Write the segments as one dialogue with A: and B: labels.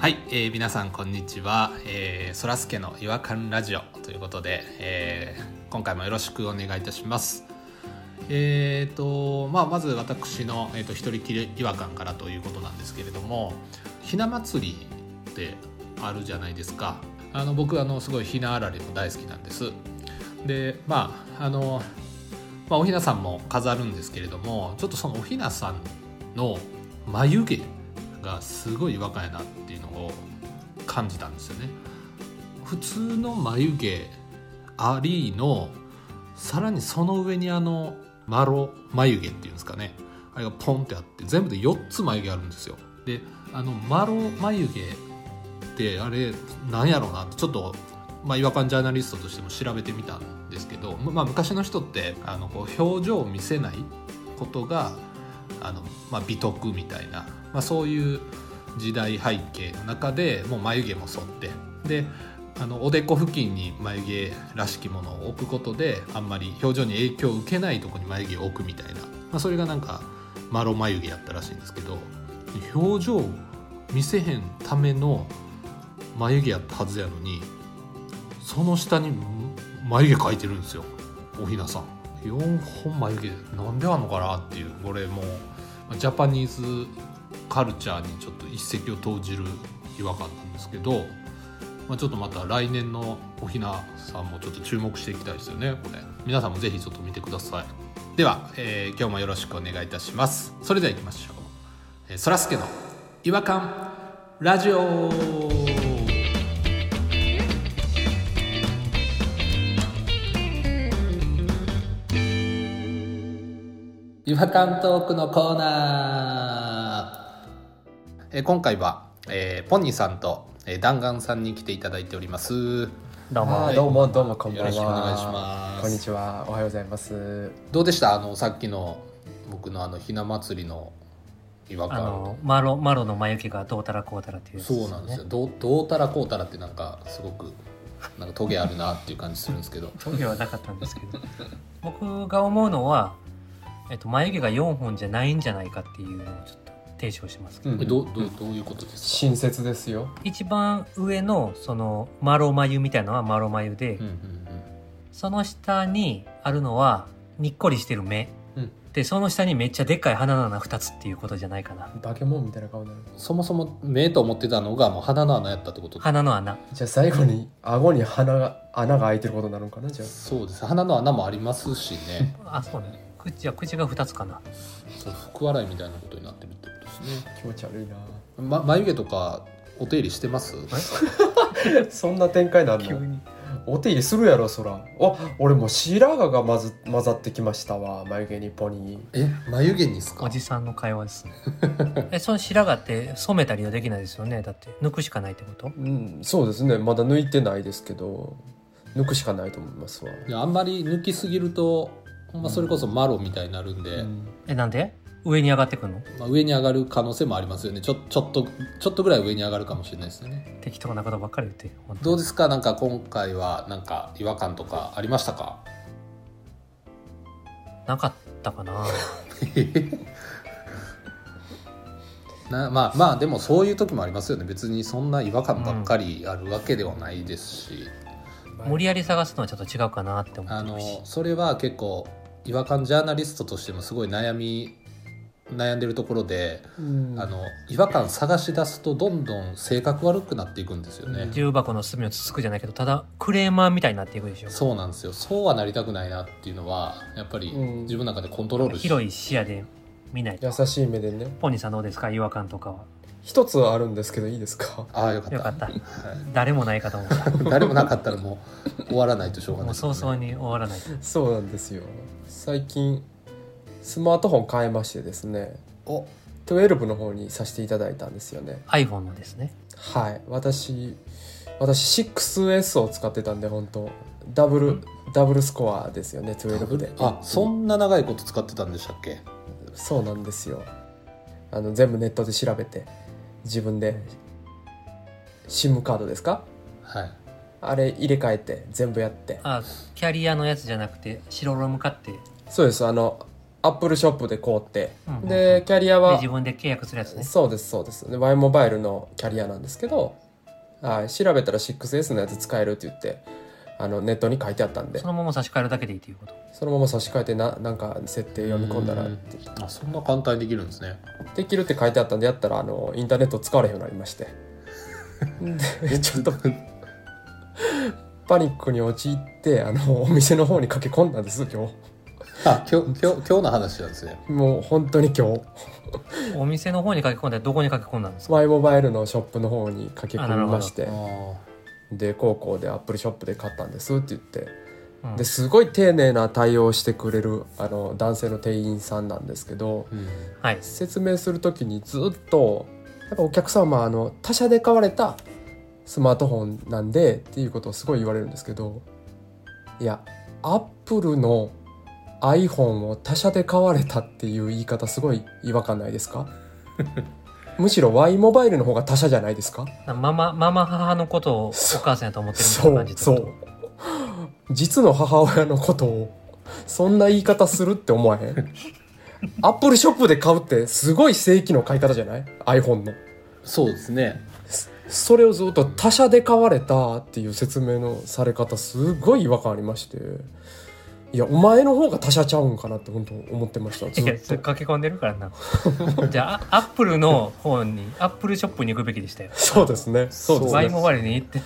A: はい、えー皆さんこんにちは、えー、そらすけの違和感ラジオということで、えー今回もよろしくお願いいたします。えーとまあ、まず私の、えー、と一人きり違和感からということなんですけれどもひな祭りってあるじゃないですかあの僕あのすごいひなあられも大好きなんですでまああの、まあ、おひなさんも飾るんですけれどもちょっとそのおひなさんの眉毛がすごい違和感やなっていうのを感じたんですよね普通の眉毛ありのさらにその上にあのマロ眉毛っていうんですかねあれがポンってあって全部で4つ眉毛あるんですよであのマロ眉毛ってあれなんやろうなってちょっと、まあ、違和感ジャーナリストとしても調べてみたんですけど、まあ、昔の人ってあのこう表情を見せないことがあの、まあ、美徳みたいな、まあ、そういう時代背景の中でもう眉毛も剃ってであのおでこ付近に眉毛らしきものを置くことであんまり表情に影響を受けないとこに眉毛を置くみたいな、まあ、それがなんかマロ眉毛やったらしいんですけど表情を見せへんための眉毛やったはずやのにその下に眉毛描いてるんですよおひなさん4本眉毛なんであんのかなっていうこれもうまあジャパニーズカルチャーにちょっと一石を投じる違和感なんですけど、まあ、ちょっとまた来年のおひなさんもちょっと注目していきたいですよねこれ皆さんもぜひちょっと見てくださいでは、えー今日もよろしくお願いいたしますそれでは行きましょうえーそらすけの違和感ラジオ違和感トークのコーナー、えー今回は、えーポニーさんと、えー、弾丸さんに来ていただいております
B: どう
A: は
B: も
A: い
B: どうもどうもこんばん
A: よ
B: は。
A: ろしくお願いします
B: こんにちは。おはようございます。
A: どうでしたあのさっきの僕のあのひな祭りの違和
C: あ
A: 感
C: のマロマロの眉毛がどうたらこうたらっていうやつ
A: そうなんですよ。どうどうたらこうたらってなんかすごくなんかトゲあるなっていう感じするんですけど。
C: トゲはなかったんですけど 僕が思うのは、えっと、眉毛が4本じゃないんじゃないかっていうのをちょっと提唱しますけど、
A: えどうどうどういうことですか。
B: 親切ですよ。
C: 一番上のそのマロ眉みたいなのはマロ眉で、
A: うんうん
C: その下にあるのはにっこりしてる目、
A: うん
C: でその下にめっちゃでっかい花の穴2つっていうことじゃないかな
B: 化け物みたいな顔になる。
A: うん。そもそも目と思ってたのがもう鼻の穴やったってこと。
C: 花の穴
B: じゃあ最後に顎に鼻が穴が開いてることになるのかなじゃあ。
A: そうです。鼻の穴もありますしね。
C: あそうね口は口が2つかな
A: そう福笑いみたいなことになってるってことですね。
B: 気持ち悪いな。
A: ま眉毛とかお手入れしてます。
B: そんな展開なん
C: 急
B: の。
C: に
B: お手入れするやろそら。あ、俺もう白髪がまず混ざってきましたわ。眉毛にポニー。
A: え眉毛にですか。
C: おじさんの会話ですね えその白髪って染めたりはできないですよねだって抜くしかないってこと
B: うん、そうですね。まだ抜いてないですけど、抜くしかないと思いますわ。
A: いやあんまり抜きすぎると。ほんまそれこそマロみたいになるんで、
B: うん
C: えなんで上に上がってくるの
A: まあ、上に上がる可能性もありますよねちょちょっとちょっとぐらい上に上がるかもしれないですよね
C: 適当なことばっかり言って本当に
A: どうですかなんか今回はなんか違和感とかありましたか
C: なかった かな
A: なまあまあでもそういう時もありますよね別にそんな違和感ばっかりあるわけではないですし、
C: 無理やり探すのはちょっと違うかなって思
A: あ
C: ってるし
A: のそれは結構違和感ジャーナリストとしてもすごい悩み悩んでるところで、
B: うん
A: あの違和感探し出すとどんどん性格悪くなっていくんですよね。
C: 重箱の隅をつつくじゃないけどただクレーマーみたいになっていくでしょ
A: そうなんですよそうはなりたくないなっていうのはやっぱり
B: うん
A: 自分の中でコントロールし、
C: 広い視野で見ないと
B: 優しい目でね。
C: ポニーさんどうですか違和感とかは
B: 一つあるんですけどいいですか
A: ああよかった
C: よかった
A: は
C: 誰もないか と思った
A: い誰もなかったらもう終わらないとしょうがな
C: も
A: いうですよ
C: 早
A: ね、
C: 々に終わらない
B: そうなんですよ最近スマートフォン変えましてですね
A: お
B: 12の方にさせていただいたんですよね
C: iPhone のですね
B: はい私私 6S を使ってたんで本当ダブルダブルスコアですよね12で
A: あそんな長いこと使ってたんでしたっけ
B: そうなんですよあの全部ネットで調べて自分で SIM カードですか
A: はい
B: あれ入れ替えて全部やって
C: あキャリアのやつじゃなくて白ロム買って
B: そうですあのアップルショップで買うって、
C: うん
B: でキャリア
C: で
B: は
C: 自分で契約するやつね
B: そうですそうですで Y モバイルのキャリアなんですけど、はい、調べたら 6S のやつ使えるって言ってあのネットに書いてあったんで
C: そのまま差し替えるだけでいいということ
B: そのまま差し替えてななんか設定読み込んだらって
A: あそんな簡単にできるんですね
B: できるって書いてあったんでやったらあのインターネット使われへんようになりまして でちょっとパニックに陥ってあのお店の方に駆け込んだんです今日
A: あ今日今日今日の話なんですね
B: もう本当に今日
C: お店の方に書き込んでどこに書き込んだんですか
B: Y モバイルのショップの方に駆け込みまして
A: あ
B: で高校でアップルショップで買ったんですって言って
C: うん
B: ですごい丁寧な対応をしてくれるあの男性の店員さんなんですけど
A: ーうん
C: はい
B: 説明する時にずっとやっぱお客様はあの他社で買われたスマートフォンなんでっていうことをすごい言われるんですけどいやアップルの iPhone を他社で買われたっていう言い方すごい違和感ないですかむしろ Y モバイルの方が他社じゃないですか
C: なママママ母のことをお母さんやと思ってるみたい
B: そ
C: な感
B: う
C: じって
B: そ
C: こと
B: う実の母親のことをそんな言い方するって思わへ んアップルショップで買うってすごい正規の買い方じゃない iPhone の
A: そうですね
B: それをずっと他社で買われたっていう説明のされ方すごい違和感ありましていやお前の方が他社ちゃうんかなって本当思ってましたず
C: いやそ
B: っ
C: れ
B: と
C: 駆け込んでるからなじゃあアップルの方にアップルショップに行くべきでしたよ
B: そうですねそう
A: そう
B: ですね
C: Y モバイルに行って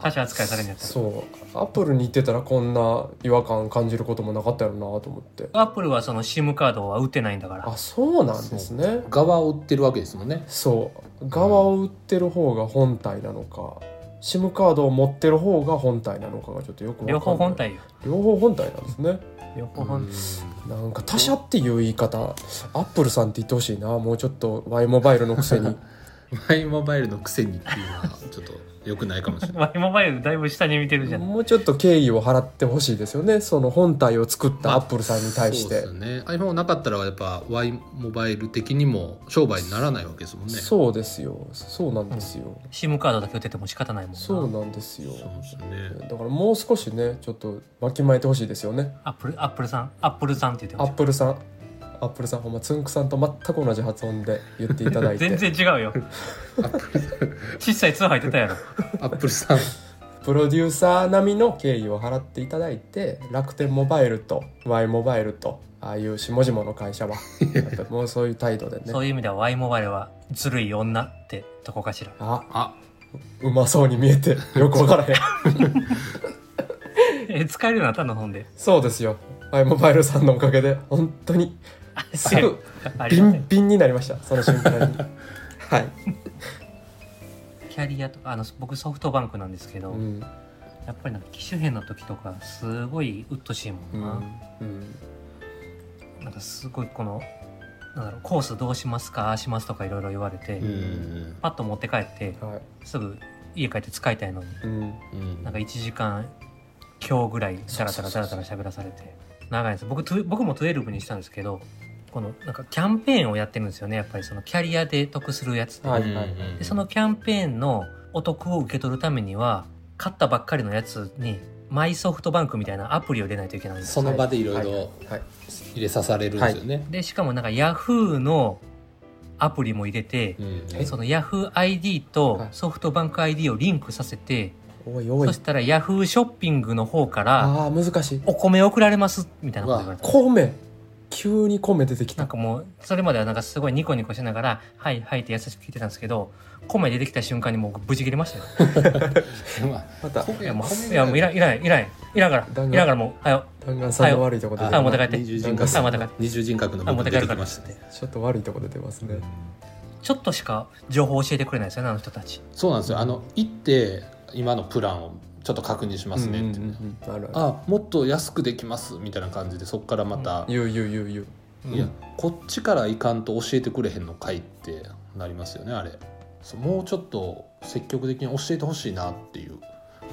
C: 他社扱いされるんやった
B: そうアップルに行ってたらこんな違和感感じることもなかったよなと思って
C: らアップルはその SIM カードは打てないんだから
B: あそうなんですね
A: 側を売ってるわけですもんね
B: そう側を売ってる方が本体なのか SIM、カードを持ってる方が本体なのかがちょっとよくわかんない
C: 両方本体よ
B: 両方本体なんですね
C: 両方本体
B: なんか他社っていう言い方アップルさんって言ってほしいなもうちょっと Y モバイルのくせに
A: マイモバイルのくせにっていうのはちょっと良くないかもしれない
C: Y モバイルだいぶ下に見てるじゃん
B: もうちょっと敬意を払ってほしいですよねその本体を作ったアップルさんに対して、
A: そうですよね iPhone なかったらやっぱ Y モバイル的にも商売にならないわけですもんねう
B: そうですよそうなんですよ、
C: SIM カードだけ打てても仕方ないもん
B: そう
C: な
B: なんですよ
A: ですね
B: だからもう少しねちょっとわきまえてほしいですよね
C: アップルアップルさんアップルさんって言って
B: ア
C: ま
B: ップルさんアップルさんほんまつんくさんと全く同じ発音で言っていただい
C: した
B: て
C: 全然 違うよ小さい通入ってたやろ
A: アップルさん
B: プロデューサー並みの敬意を払っていただいて楽天モバイルと Y モバイルとああいう下々の会社はやっぱもうそういう態度で
C: そう
B: ね
C: いう意味では Y モバイルはずるい女ってとこかしら
B: あ
A: あ
B: うまそうに見えてよくわからへん
C: え使えるようになったのほんで
B: そうですよ Y モバイルさんのおかげで本当にすぐ
C: あり
B: ビ
C: がたい
B: ンビンになりましたその瞬 間にはい、
C: キャリアとかあの僕ソフトバンクなんですけど、
B: うん
C: やっぱりなんか機種変の時とかすごい鬱陶しいも
B: うん
C: な、
B: ん
C: なんかすごいこのなんだろうコースどうしますかああしますとかいろいろ言われて、
A: うん
C: パッと持って帰って
B: はい
C: すぐ家帰って使いたいのに
B: うん
A: うん
C: なんか1時間今日ぐらいダラダラダラダラ喋らされて長いんです僕トゥ僕も12にしたんですけどこのなんかキャンペーンをやってるんですよねやっぱりそのキャリアで得するやつって、
B: はいはいはい
A: うん
C: でそのキャンペーンのお得を受け取るためには買ったばっかりのやつにマイソフトバンクみたいなアプリを入れないといけないんです
A: その場でいろい
B: は
A: ろ
B: はい
A: 入れさされるんですよね、
C: でしかもなんか Yahoo のアプリも入れて、
A: うん
B: え
C: その YahooID と
B: はい
C: ソフトバンク ID をリンクさせて、
B: おいおい
C: そしたら Yahoo ショッピングの方から
B: ああ難しい
C: お米送られますみたいなこと言われた
B: 米急に米出てき
C: な
B: た
C: んかもうそれまではなんかすごいニコニコしながら「はいはい」って優しく聞いてたんですけど米出てきた瞬間にもうブチ切れましたよ
A: まあ
B: また
C: いやもうい
A: 米
C: やもういらんいらんいらんいらんから
B: 弾
C: いらん
B: 丸
C: からもうはよ
B: 弾丸さんの悪いとこ出て
C: は
B: る
C: い持って帰
B: な
C: って
A: 二重人
B: 人格
A: 格
C: はい持って帰って
A: 二重人格の
C: はい持っ
A: 僕
C: て
A: 出て
C: 帰るか
A: き
C: ら
A: ま
C: っ
A: してた
C: 言って
B: ちょっと悪いとこ出てますね
C: ちょっとしか情報教えてくれないですよねあの人たち
A: そうなんですよあの行って今のプランをちょっと確認しますねって、
B: うんうんうんあるある
A: あもっと安くできますみたいな感じでそこからまた、
B: 言う言う言う言う
A: いやこっちからいかんと教えてくれへんのかいってなりますよねあれそうもうちょっと積極的に教えてほしいなって いう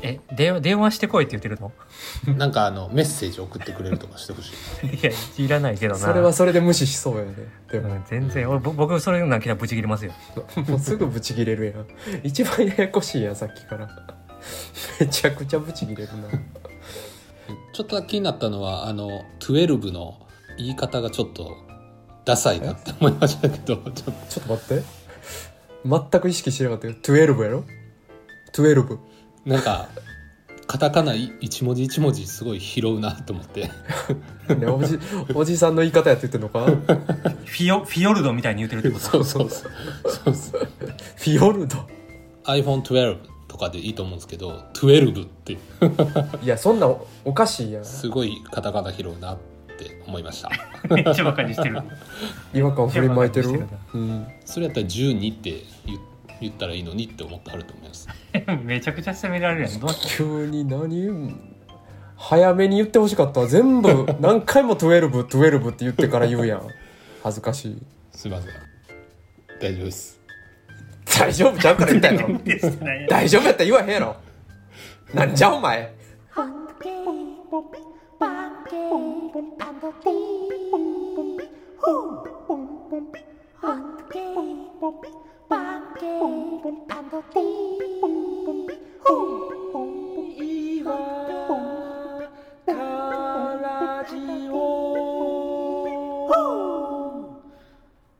C: え電話電話してこいって言ってるの
A: なんかあのメッセージ送ってくれるとかしてほしい
C: いやいらないけどな
B: それはそれで無視しそうやねで
C: う
B: も
C: ん全然俺ぼ僕それなんか来たらブチ切れますよ
B: もうすぐブチギレるやん一番ややこしいやんさっきからめちゃくちゃブチギレるな
A: ちょっとだけ気になったのはあの12の言い方がちょっとダサいなって思いましたけど ちょっと
B: ちょっと待って全く意識してなかったよ12やろ12
A: なんかカタカナい一文字一文字すごい拾うなと思って
B: ね、お じおじさんの言い方やって言ってんのか
C: フィヨフィヨルドみたいに言ってるってこと
A: そうそう そうそうそう
B: フィヨルド
A: iPhone12 とかでいいと思うんですけど12って
B: いやそんなんおかしいやん
A: すごいカタカナ拾うなって思いました
C: めっちゃバカにしてる
B: 違和感振りまいて
C: 違和
B: る
C: 感
B: うん
A: それやったら12って言言ったらいいのにって思ってはると思います
C: めちゃくちゃ責められるやんどう
B: 急に何早めに言ってほしかった全部何回も12「12」って言ってから言うやん恥ずかしい
A: すいません大丈夫です
B: 大丈夫ちゃうから言ったやろ大丈夫やったら言わへんやろなんじゃお前
D: Hungry.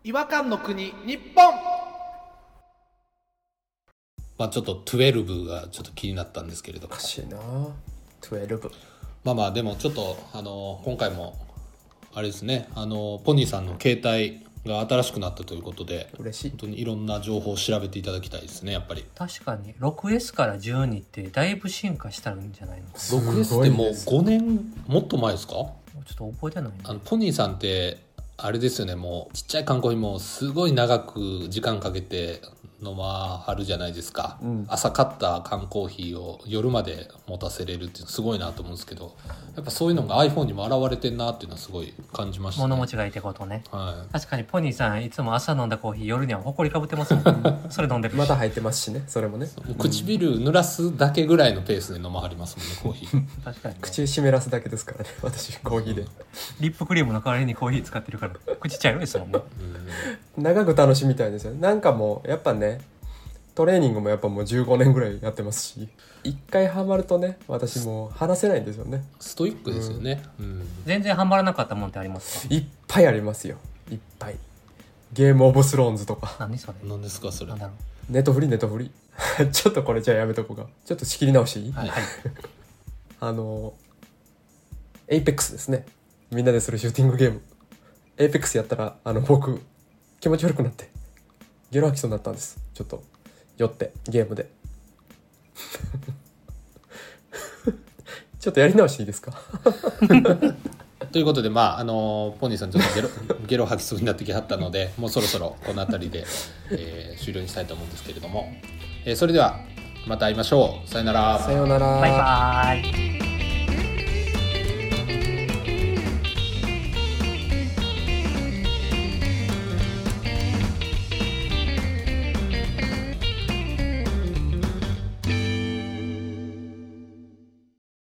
E: 違和感の国日本
A: まあちょっと12がちょっと気になったんですけれど
B: おかしいな12
A: まあまあでもちょっとあの今回もあれですねあのポニーさんの携帯が新しくなったということで本
B: 嬉しい
A: 当にいろんな情報を調べていただきたいですねやっぱり
C: 確かに 6S から12ってだいぶ進化したんじゃないのち
A: 6S ってもう5年もっと前ですか
C: ょっと覚えてない
A: あ
C: な
A: のポニーさんってあれですよねもうちっちゃい缶コーヒーもすごい長く時間かけて飲まはるじゃないですか、
B: うん
A: 朝買った缶コーヒーを夜まで持たせれるっていうのすごいなと思うんですけどやっぱそういうのが iPhone にも現れてんなっていうのはすごい感じましたね
C: 物持ちがいいってことね
A: は
C: 確かにポニーさんいつも朝飲んだコーヒー夜にはほこりかぶってますもんそれ飲んでるし
B: また入ってますしねそれもね
A: い、もう唇濡らすだけぐらいのペースで飲まはりますもんねコーヒー
C: 確かにね、
B: 口湿らすだけですからね私コーヒーで
C: リップクリームの代わりにコーヒー使ってるから口茶色ですもんね
B: 長く楽しみたいですよなんかもうやっぱねトレーニングもやっぱもう15年ぐらいやってますし一回ハマるとね私もう話せないんですよね
A: ストイックですよね、うん
C: 全然ハマらなかったもんってありますか
B: いっぱいありますよいっぱいゲームオブスローンズとか
C: 何それ
A: 何ですかそれ
C: なんだろ
B: ネットフリネットフリ ちょっとこれじゃあやめとこうかちょっと仕切り直していい、
C: うはい、はい、
B: あのエイペックスですねみんなでするシューティングゲームエイペックスやったらあの僕気持ち悪くなってゲロ吐きそうになったんですちょっと酔ってゲームで ちょっとやり直していいですか
A: ということで、まあ、あのポニーさんちょっとゲロ ゲロ吐きそうになってきはったのでもうそろそろこの辺りで、えー終了にしたいと思うんですけれども、えーそれではまた会いましょうさよなら。
B: さようなら
C: バイバーイ